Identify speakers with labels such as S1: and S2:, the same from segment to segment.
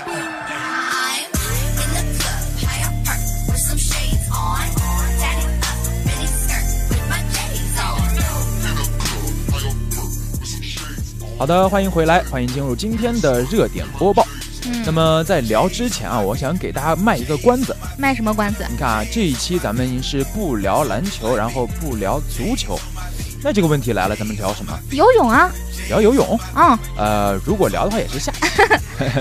S1: I'm in the club, high up perk, with some shades on. Tatted up, mini skirt, with my J's on.
S2: 好的，欢迎回来，欢迎进入今天的热点播报。
S3: 嗯
S2: 那么在聊之前啊，我想给大家卖一个关子。
S3: 卖什么关子？
S2: 你看啊，这一期咱们是不聊篮球，然后不聊足球。那这个问题来了，咱们聊什么？
S3: 游泳啊，
S2: 聊游泳？
S3: 嗯，
S2: 呃，如果聊的话也是下。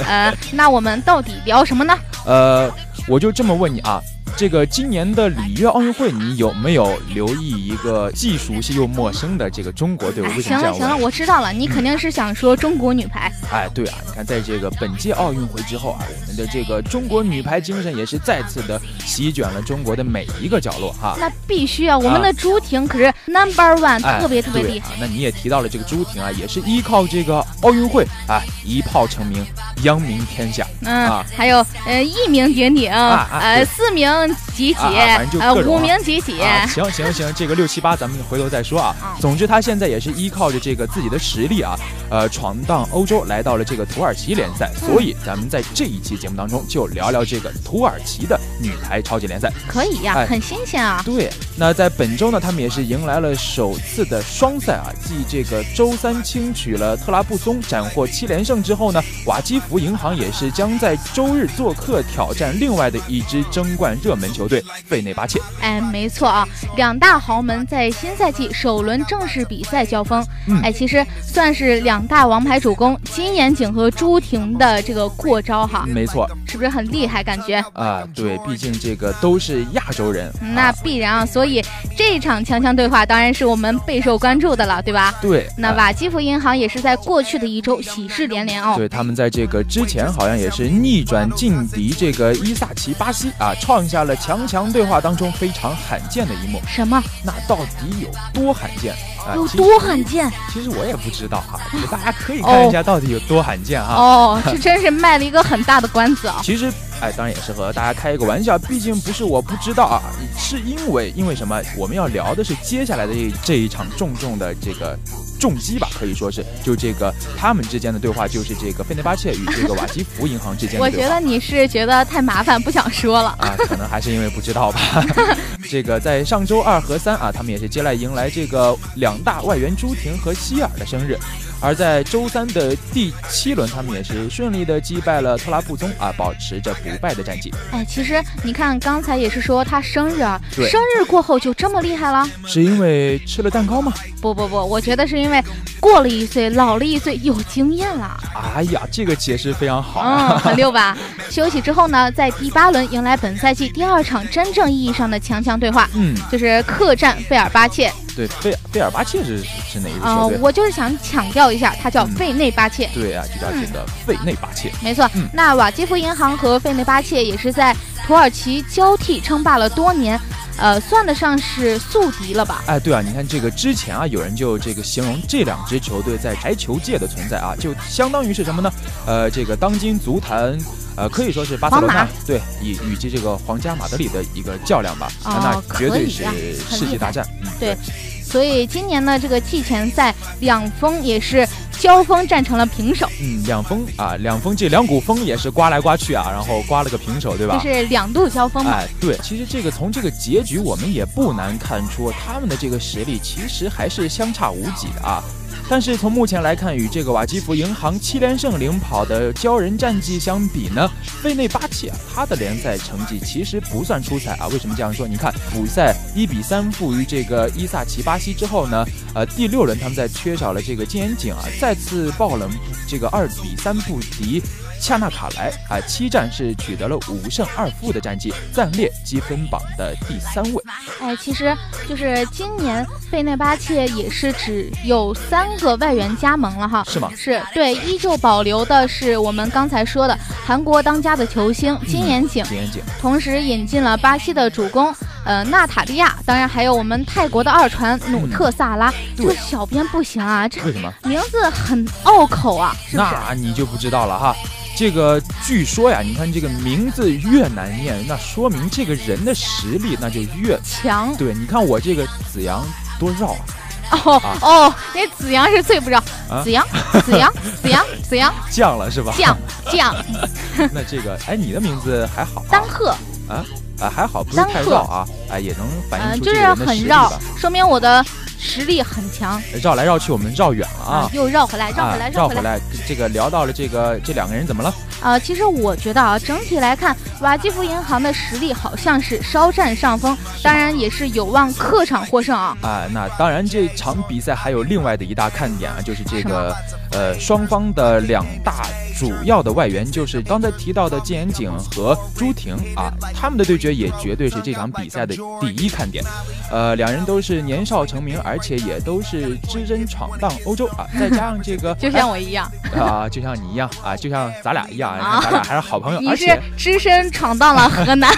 S3: 呃，那我们到底聊什么呢？
S2: 呃，我就这么问你啊，这个今年的里约奥运会，你有没有留意一个既熟悉又陌生的这个中国队伍？
S3: 哎，
S2: 为什
S3: 行
S2: 么这
S3: 了
S2: 样
S3: 行了，
S2: 问？
S3: 我知道了，你肯定是想说中国女排。
S2: 哎，对啊，你看，在这个本届奥运会之后啊，我们的这个中国女排精神也是再次的席卷了中国的每一个角落哈。
S3: 那必须啊，我
S2: 嗯啊
S3: 们的朱婷可是 number one，、
S2: 哎，
S3: 特别特别
S2: 对
S3: 厉害。
S2: 啊。那你也提到了这个朱婷啊，也是依靠这个奥运会啊一炮成名，扬名天下。
S3: 嗯，
S2: 啊
S3: 还有呃一鸣鼎鼎，
S2: 啊
S3: 呃
S2: 对
S3: 四名几几，
S2: 啊啊反正就
S3: 呃
S2: 各种啊
S3: 五名几几。
S2: 啊，行行行，这个六七八咱们回头再说啊
S3: 嗯。
S2: 总之，他现在也是依靠着这个自己的实力啊，呃，闯荡欧洲，来到了这个土耳其联赛。所以，咱们在这一期节目当中就聊聊这个土耳其的女排超级联赛。
S3: 可以呀、
S2: 哎
S3: 很新鲜啊。
S2: 对，那在本周呢，他们也是迎来了首次的双赛啊，继这个周三轻取了特拉布松，斩获七连胜之后呢，瓦基弗银行也是将在周日做客挑战另外的一支争冠热门球队费内巴切。
S3: 哎，没错啊，两大豪门在新赛季首轮正式比赛交锋。
S2: 嗯
S3: 哎，其实算是两大王牌主攻金眼景和朱婷的这个过招哈，
S2: 没错
S3: 是不是很厉害？感觉。
S2: 啊，对，毕竟这个都是亚洲人，
S3: 那
S2: 啊、
S3: 必然啊，所以这场强强对话当然是我们备受关注的了，对吧？
S2: 对，
S3: 那
S2: 啊
S3: 瓦基弗银行也是在过去的一周喜事连连哦。
S2: 对，他们在这个之前好像也是逆转劲敌这个伊萨奇巴西啊，创下了强强对话当中非常罕见的一幕。
S3: 什么
S2: 那到底有多罕见？啊
S3: 有多罕？见啊
S2: 其实其实我也不知道哈、这个大家可以看一下到底有多罕见啊。
S3: 哦？这真是卖了一个很大的关子啊！
S2: 其实，哎，当然也是和大家开一个玩笑，毕竟不是我不知道啊，是因为因为什么？我们要聊的是接下来的这这一场重重的这个重击吧，可以说是就这个他们之间的对话，就是这个费内巴切与这个瓦基弗银行之间
S3: 我
S2: 的对
S3: 觉
S2: 话。
S3: 得你是觉得太麻烦，不想说了。
S2: 啊，可能还是因为不知道吧。 这个在上周二和三啊，他们也是接来迎来这个两大外援朱婷和希尔的生日。而在周三的第七轮，他们也是顺利的击败了特拉布宗啊，保持着不败的战绩。
S3: 哎，其实你看，刚才也是说他生日啊，
S2: 对
S3: 生日过后就这么厉害了？
S2: 是因为吃了蛋糕吗？
S3: 不不不，我觉得是因为过了一岁，老了一岁，有经验了，
S2: 哎呀，这个解释非常好啊！
S3: 嗯，很溜吧？ 休息之后呢，在第八轮迎来本赛季第二场真正意义上的强强对话，
S2: 嗯，
S3: 就是客战费尔巴切。
S2: 对，费费尔巴切是是哪一支
S3: 嗯、
S2: 球队？啊
S3: 我就是想强调一下，他叫费内巴切。
S2: 对啊，就叫这个费内巴切。
S3: 没错，
S2: 嗯
S3: 那瓦基弗银行和费内巴切也是在土耳其交替称霸了多年，呃，算得上是宿敌了吧？
S2: 哎，对啊，你看这个之前啊，有人就这个形容这两支球队在排球界的存在啊，就相当于是什么呢？呃，这个当今足坛，呃，可以说是巴塞罗
S3: 皇
S2: 那
S3: 马
S2: 对以以及这个皇家马德里的一个较量吧，
S3: 哦
S2: 那绝对
S3: 可以
S2: 是
S3: 呀很
S2: 世
S3: 厉
S2: 纪大
S3: 害
S2: 战。嗯，
S3: 对所以今年呢，这个季前赛两峰也是交锋战成了平手，
S2: 嗯，两风啊，两风这两股风也是刮来刮去啊，然后刮了个平手，对吧？
S3: 就是两度交锋嘛。
S2: 哎，对，其实这个从这个结局，我们也不难看出他们的这个实力其实还是相差无几的啊。但是从目前来看，与这个瓦基弗银行七连胜领跑的骄人战绩相比呢，费内巴切啊，他的联赛成绩其实不算出彩啊。为什么这样说？你看补赛一比三负于这个伊萨奇巴西之后呢，呃，第六轮他们在缺少了这个金眼井啊，再次爆冷这个二比三不敌恰纳卡莱啊，七战是取得了五胜二负的战绩，暂列积分榜的第三位。
S3: 哎，其实就是今年费内巴切也是只有三个外援加盟了哈。
S2: 是吗
S3: 是对，依旧保留的是我们刚才说的韩国当家的球星
S2: 嗯
S3: 金妍景，
S2: 金眼井
S3: 同时引进了巴西的主攻，呃，纳塔利亚，当然还有我们泰国的二传努特萨拉。这个
S2: 嗯对
S3: 小编不行啊，这
S2: 为什么？
S3: 名字很拗口啊，是不是？
S2: 那你就不知道了哈。这个据说呀，你看这个名字越难念，那说明这个人的实力那就越
S3: 强
S2: 对。你看我这个子阳多绕啊，
S3: 哦
S2: 啊
S3: 哦，那子阳是最不知道，
S2: 啊
S3: 子阳，子阳，子阳，子 阳，
S2: 降了是吧？
S3: 将将
S2: 那这个，哎，你的名字还好、啊，
S3: 当鹤，
S2: 啊还好，不是太绕啊，哎也能
S3: 嗯、
S2: 反映出
S3: 就
S2: 这个
S3: 是
S2: 人的实
S3: 很
S2: 力
S3: 绕
S2: 吧。，
S3: 说明我的实力很强
S2: 绕来绕去，我们绕远了啊。
S3: 又绕回来，嗯绕回来，
S2: 啊
S3: 绕
S2: 绕
S3: 回
S2: 回
S3: 来。
S2: 来，这个聊到了这个这两个人怎么了？
S3: 呃，其实我觉得啊，整体来看，瓦基弗银行的实力好像是稍占上风，当然也是有望客场获胜啊。
S2: 啊，那当然，这场比赛还有另外的一大看点啊，就是这个呃双方的两大主要的外援，就是刚才提到的建岩景和朱婷啊，他们的对决也绝对是这场比赛的第一看点。呃，两人都是年少成名，而且也都是只身闯荡欧洲啊，再加上这个
S3: 就像我一样，
S2: 哎啊，就像你一样啊，就像咱俩一样，你
S3: 啊
S2: 看咱俩还是好朋友，
S3: 你
S2: 而
S3: 是
S2: 且
S3: 只身闯荡了河南，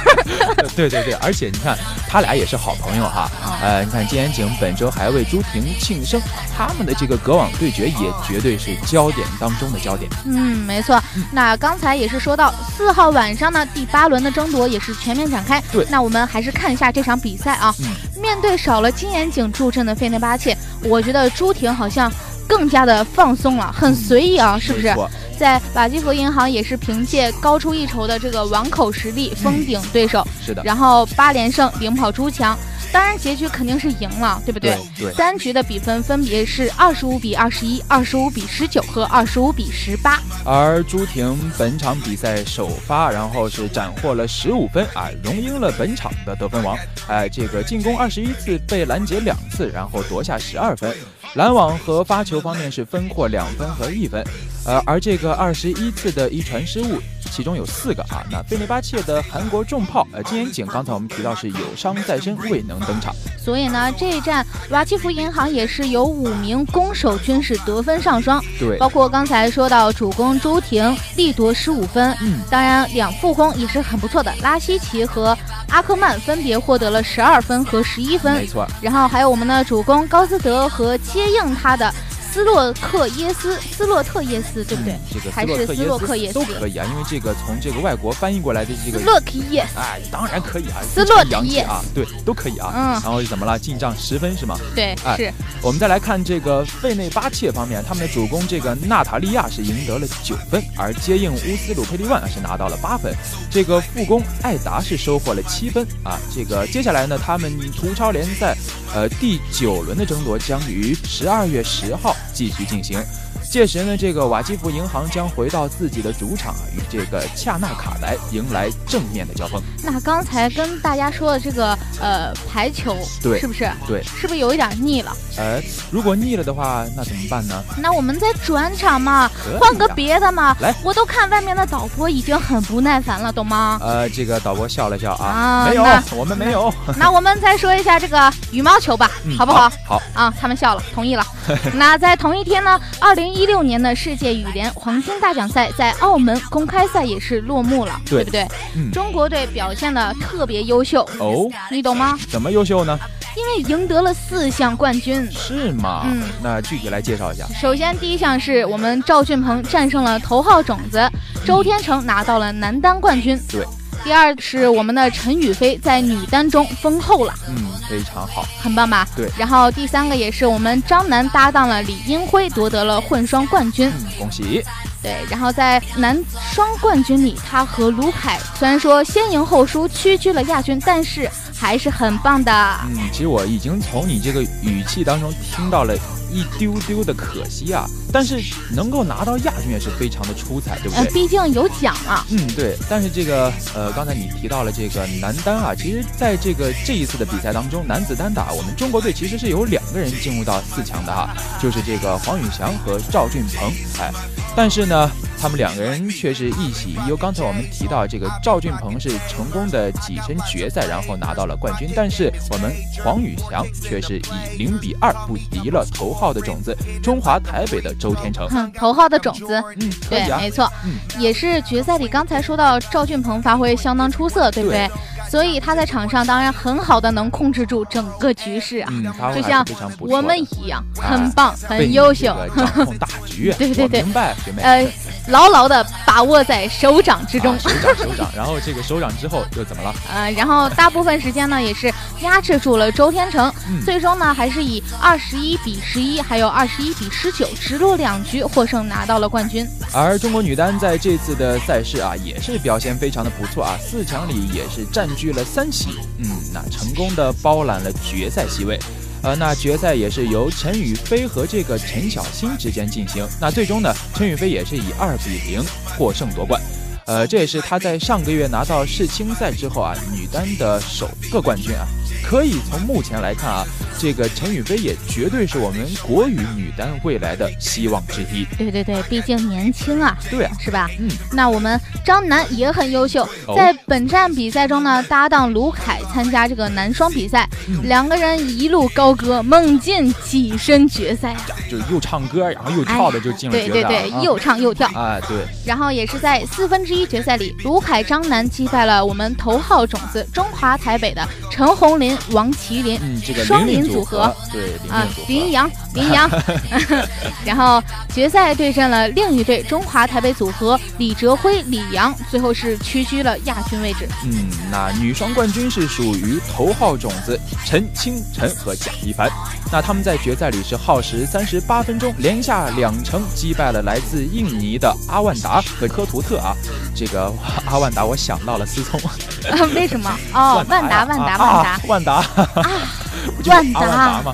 S2: 对对对，而且你看，他俩也是好朋友哈。
S3: 啊
S2: 呃，你看金延景本周还为朱婷庆生，他们的这个隔网对决也绝对是焦点当中的焦点。
S3: 嗯，没错。那刚才也是说到，四号晚上呢，第八轮的争夺也是全面展开。
S2: 对
S3: 那我们还是看一下这场比赛啊。
S2: 嗯
S3: 面对少了金眼井助阵的费内巴切，我觉得朱婷好像更加的放松了，很随意啊，是不
S2: 嗯没
S3: 是？
S2: 错
S3: 在瓦基弗银行也是凭借高出一筹的这个网口实力封顶对手，
S2: 嗯是的，
S3: 然后八连胜领跑朱强。当然，结局肯定是赢了，对不对？
S2: 对，
S3: 三局的比分分别是二十五比二十一、二十五比十九和二十五比十八。
S2: 而朱婷本场比赛首发，然后是斩获了十五分啊，荣膺了本场的得分王。哎、这个进攻二十一次被拦截两次，然后夺下十二分。拦网和发球方面是分获两分和一分。呃，而这个二十一次的一传失误，其中有四个啊。那费内巴切的韩国重炮，呃，金延景刚才我们提到是有伤在身，未能登场。
S3: 所以呢，这一战瓦基弗银行也是有五名攻守均是得分上双，
S2: 对，
S3: 包括刚才说到主攻朱婷力夺十五分，
S2: 嗯，
S3: 当然两副攻也是很不错的，拉希奇和阿科曼分别获得了十二分和十一分
S2: 没，错。
S3: 然后还有我们的主攻高斯德和接应他的斯洛克耶斯斯洛特耶斯，对不对
S2: 嗯？这个
S3: 还是斯
S2: 斯洛
S3: 洛克
S2: 克
S3: 耶
S2: 耶斯
S3: 斯
S2: 都可以啊，因为这个从这个外国翻译过来的这
S3: 斯
S2: 个
S3: 洛克耶斯，
S2: 哎，当然可以啊，
S3: 斯洛提
S2: 洋气啊，对，都可以啊。
S3: 嗯
S2: 然后是怎么了？进账十分是吗？
S3: 对，
S2: 哎
S3: 是
S2: 我们再来看这个费内巴切方面，他们的主攻这个纳塔利亚是赢得了九分，而接应乌斯鲁佩利万啊是拿到了八分，这个副攻艾达是收获了七分啊。这个接下来呢，他们图超联赛呃第九轮的争夺将于十二月十号继续进行。届时呢，这个瓦基弗银行将回到自己的主场，与这个恰纳卡莱迎来正面的交锋。
S3: 那刚才跟大家说的这个呃排球，
S2: 对
S3: 是不是？
S2: 对，
S3: 是不是有一点腻了？
S2: 呃，如果腻了的话，那怎么办呢？
S3: 那我们再转场嘛，
S2: 可以啊
S3: 换个。别的嘛。
S2: 来
S3: 我都看外面的导播已经很不耐烦了，懂 吗？
S2: 呃，这个导播笑了笑啊，
S3: 啊
S2: 没有
S3: 那，
S2: 我们没 有，
S3: 那我们再说一下这个羽毛球吧，
S2: 嗯
S3: 好不好？？
S2: 好，
S3: 啊，他们笑了，同 意了。那在同一天呢，二零一六年的世界羽联黄金大奖赛在澳门公开赛也是落幕了，
S2: 对
S3: 不对？
S2: 嗯
S3: 中国队表现的特别优秀，
S2: 哦，
S3: 你懂吗？
S2: 怎么优秀呢？
S3: 因为赢得了四项冠军。
S2: 是吗？
S3: 嗯
S2: 那具体来介绍一下。
S3: 首先，第一项是我们赵俊鹏战胜了头号种子，周天成拿到了男单冠军。
S2: 对。
S3: 第二是我们的陈雨菲在女单中封后了，
S2: 嗯，非常好。
S3: 很棒吧？
S2: 对。
S3: 然后第三个也是我们张楠搭档了李英辉，夺得了混双冠军。
S2: 嗯，恭喜。
S3: 对，然后在男双冠军里，他和卢凯虽然说先赢后输，屈居了亚军，但是还是很棒的。
S2: 嗯，其实我已经从你这个语气当中听到了一丢丢的可惜啊，但是能够拿到亚军也是非常的出彩，对不
S3: 呃，
S2: 对？
S3: 毕竟有奖了。
S2: 嗯，对，但是这个呃，刚才你提到了这个男单啊，其实在这个这一次的比赛当中，男子单打我们中国队其实是有两个人进入到四强的哈，就是这个黄宇翔和赵俊鹏，哎，但是呢，他们两个人却是一喜一忧。刚才我们提到这个赵俊鹏是成功的跻身决赛，然后拿到了冠军，但是我们黄宇翔却是以零比二不敌了头号的种子中华台北的周天成。
S3: 哼，头号的种子，
S2: 嗯，可
S3: 对
S2: 以，啊，
S3: 没错，
S2: 嗯
S3: 也是决赛里刚才说到赵俊鹏发挥相当出色，对不对？所以他在场上当然很好的能控制住整个局势啊，
S2: 嗯，他
S3: 就像我们
S2: 一。
S3: 一样，
S2: 哎
S3: 很棒，
S2: 被
S3: 很
S2: 你
S3: 优秀。 ，
S2: 这个掌控大局
S3: 对对对
S2: 我明白，学妹。
S3: 呃，牢牢的把握在手掌之中
S2: 啊、。手掌手掌，然后这个手掌之后又怎么了？
S3: 呃，然后大部分时间呢也是压制住了周天成，
S2: 嗯
S3: 最终呢还是以二十一比十一还有二十一比十九直落两局获胜，拿到了冠军。
S2: 而中国女单在这次的赛事啊，也是表现非常的不错啊，四强里也是占据了三席，嗯，那成功的包揽了决赛席位。呃，那决赛也是由陈雨菲和这个陈小欣之间进行，那最终呢，陈雨菲也是以二比零获胜夺冠。呃，这也是她在上个月拿到世青赛之后啊，女单的首个冠军啊。可以从目前来看啊，这个陈雨菲也绝对是我们国羽女单未来的希望之一。
S3: 对对对，毕竟年轻啊，
S2: 对啊，
S3: 是吧？
S2: 嗯。
S3: 那我们张楠也很优秀，
S2: 哦
S3: 在本站比赛中呢，搭档卢凯参加这个男双比赛，
S2: 嗯
S3: 两个人一路高歌，猛进跻身决赛啊！
S2: 就又唱歌，然后又跳的就进了
S3: 对
S2: 决
S3: 对
S2: 赛了。
S3: 哎对，
S2: 啊
S3: 又唱又跳。
S2: 哎对，
S3: 然后也是在四分之一决赛里，卢凯张楠击败了我们头号种子中华台北的陈红林、王麒麟。
S2: 嗯，这个
S3: 双
S2: 林
S3: 林
S2: 组
S3: 组合，
S2: 对林
S3: 啊
S2: 林组，合，
S3: 林阳，林 阳， 然后决赛对阵了另一队中华台北组合李哲辉、李阳，最后是屈居了亚军位置。
S2: 嗯，那女双冠军是属于头号种子陈清晨和贾一凡，那他们在决赛里是耗时三十八分钟，连下两城击败了来自印尼的阿万达和科图特啊。这个阿万达，我想到了思聪，
S3: 啊，为什么？ 哦，万达，
S2: 呀
S3: 万达，
S2: 啊
S3: 万
S2: 啊
S3: 达，
S2: 万达，不就是
S3: 万达
S2: 阿万达吗？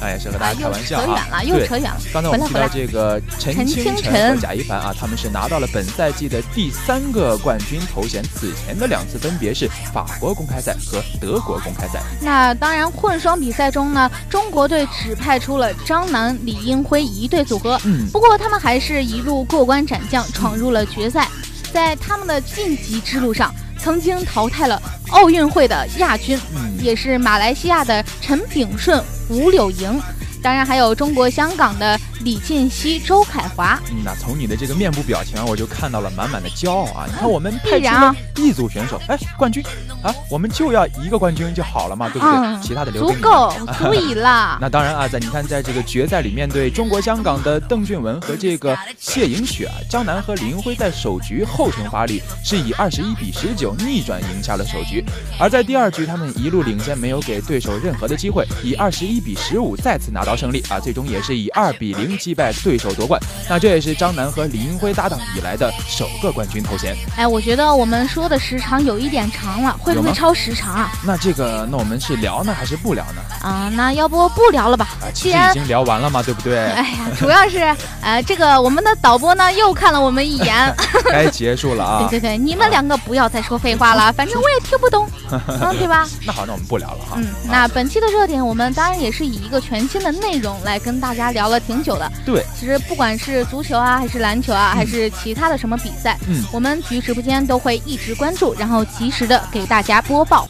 S2: 哎，是和大家
S3: 啊，
S2: 开
S3: 又
S2: 玩
S3: 扯
S2: 笑
S3: 远
S2: 啊。
S3: 了，
S2: 对
S3: 又扯远了。
S2: 刚才我们提到这个陈
S3: 陈
S2: 清
S3: 清
S2: 晨和
S3: 晨
S2: 贾一凡啊，他们是拿到了本赛季的第三个冠军头衔，此前的两次分别是法国公开赛和德国公开赛。
S3: 那当然，混双比赛中呢，中国队只派出了张楠、李英辉一对组合，
S2: 嗯，
S3: 不过他们还是一路过关斩将，闯入了决赛。在他们的晋级之路上，曾经淘汰了奥运会的亚军，
S2: 嗯
S3: 也是马来西亚的陈炳顺、吴柳莹，当然还有中国香港的李晋熙、周凯华。
S2: 嗯那从你的这个面部表情啊，我就看到了满满的骄傲啊！你看我们派
S3: 必
S2: 出
S3: 然
S2: 了
S3: 啊
S2: 一组选手，哎，冠军啊，我们就要一个冠军就好了嘛，对不对？
S3: 嗯，
S2: 其他的留
S3: 足
S2: 给你。
S3: 够，足 以了。
S2: 那当然啊，在你看，在这个决赛里面对中国香港的邓俊文和这个谢颖雪啊，张楠和林辉在首局后程发力，是以二十一比十九逆转赢下了首局。而在第二局，他们一路领先，没有给对手任何的机会，以二十一比十五再次拿到胜利啊，最终也是以二比零击败对手夺冠。那这也是张楠和林辉搭档以来的首个冠军头衔。
S3: 哎，我觉得我们说的时长有一点长了，会不
S2: 有
S3: 会
S2: 吗
S3: 超时长啊？
S2: 那这个，那我们是聊呢还是不聊呢？
S3: 啊，那要不不聊 了吧？
S2: 啊，其
S3: 既
S2: 实
S3: 然
S2: 已经聊完了嘛，对不 对？
S3: 哎呀，主要是呃，这个我们的导播呢又看了我们一 眼。
S2: 该结束了啊
S3: 对。对对，你们两个不要再说废 话了，反正我也听不懂，嗯，对吧？
S2: 那好，那我们不聊了哈。
S3: 嗯，
S2: 啊
S3: 那本期的热点，我们当然也是以一个全新的内容来跟大家聊了挺久的。
S2: 对，
S3: 其实不管是足球啊，还是篮球啊，还是其他的什么比赛，
S2: 嗯
S3: 我们体育直播间都会一直关注，然后及时的给大家播报。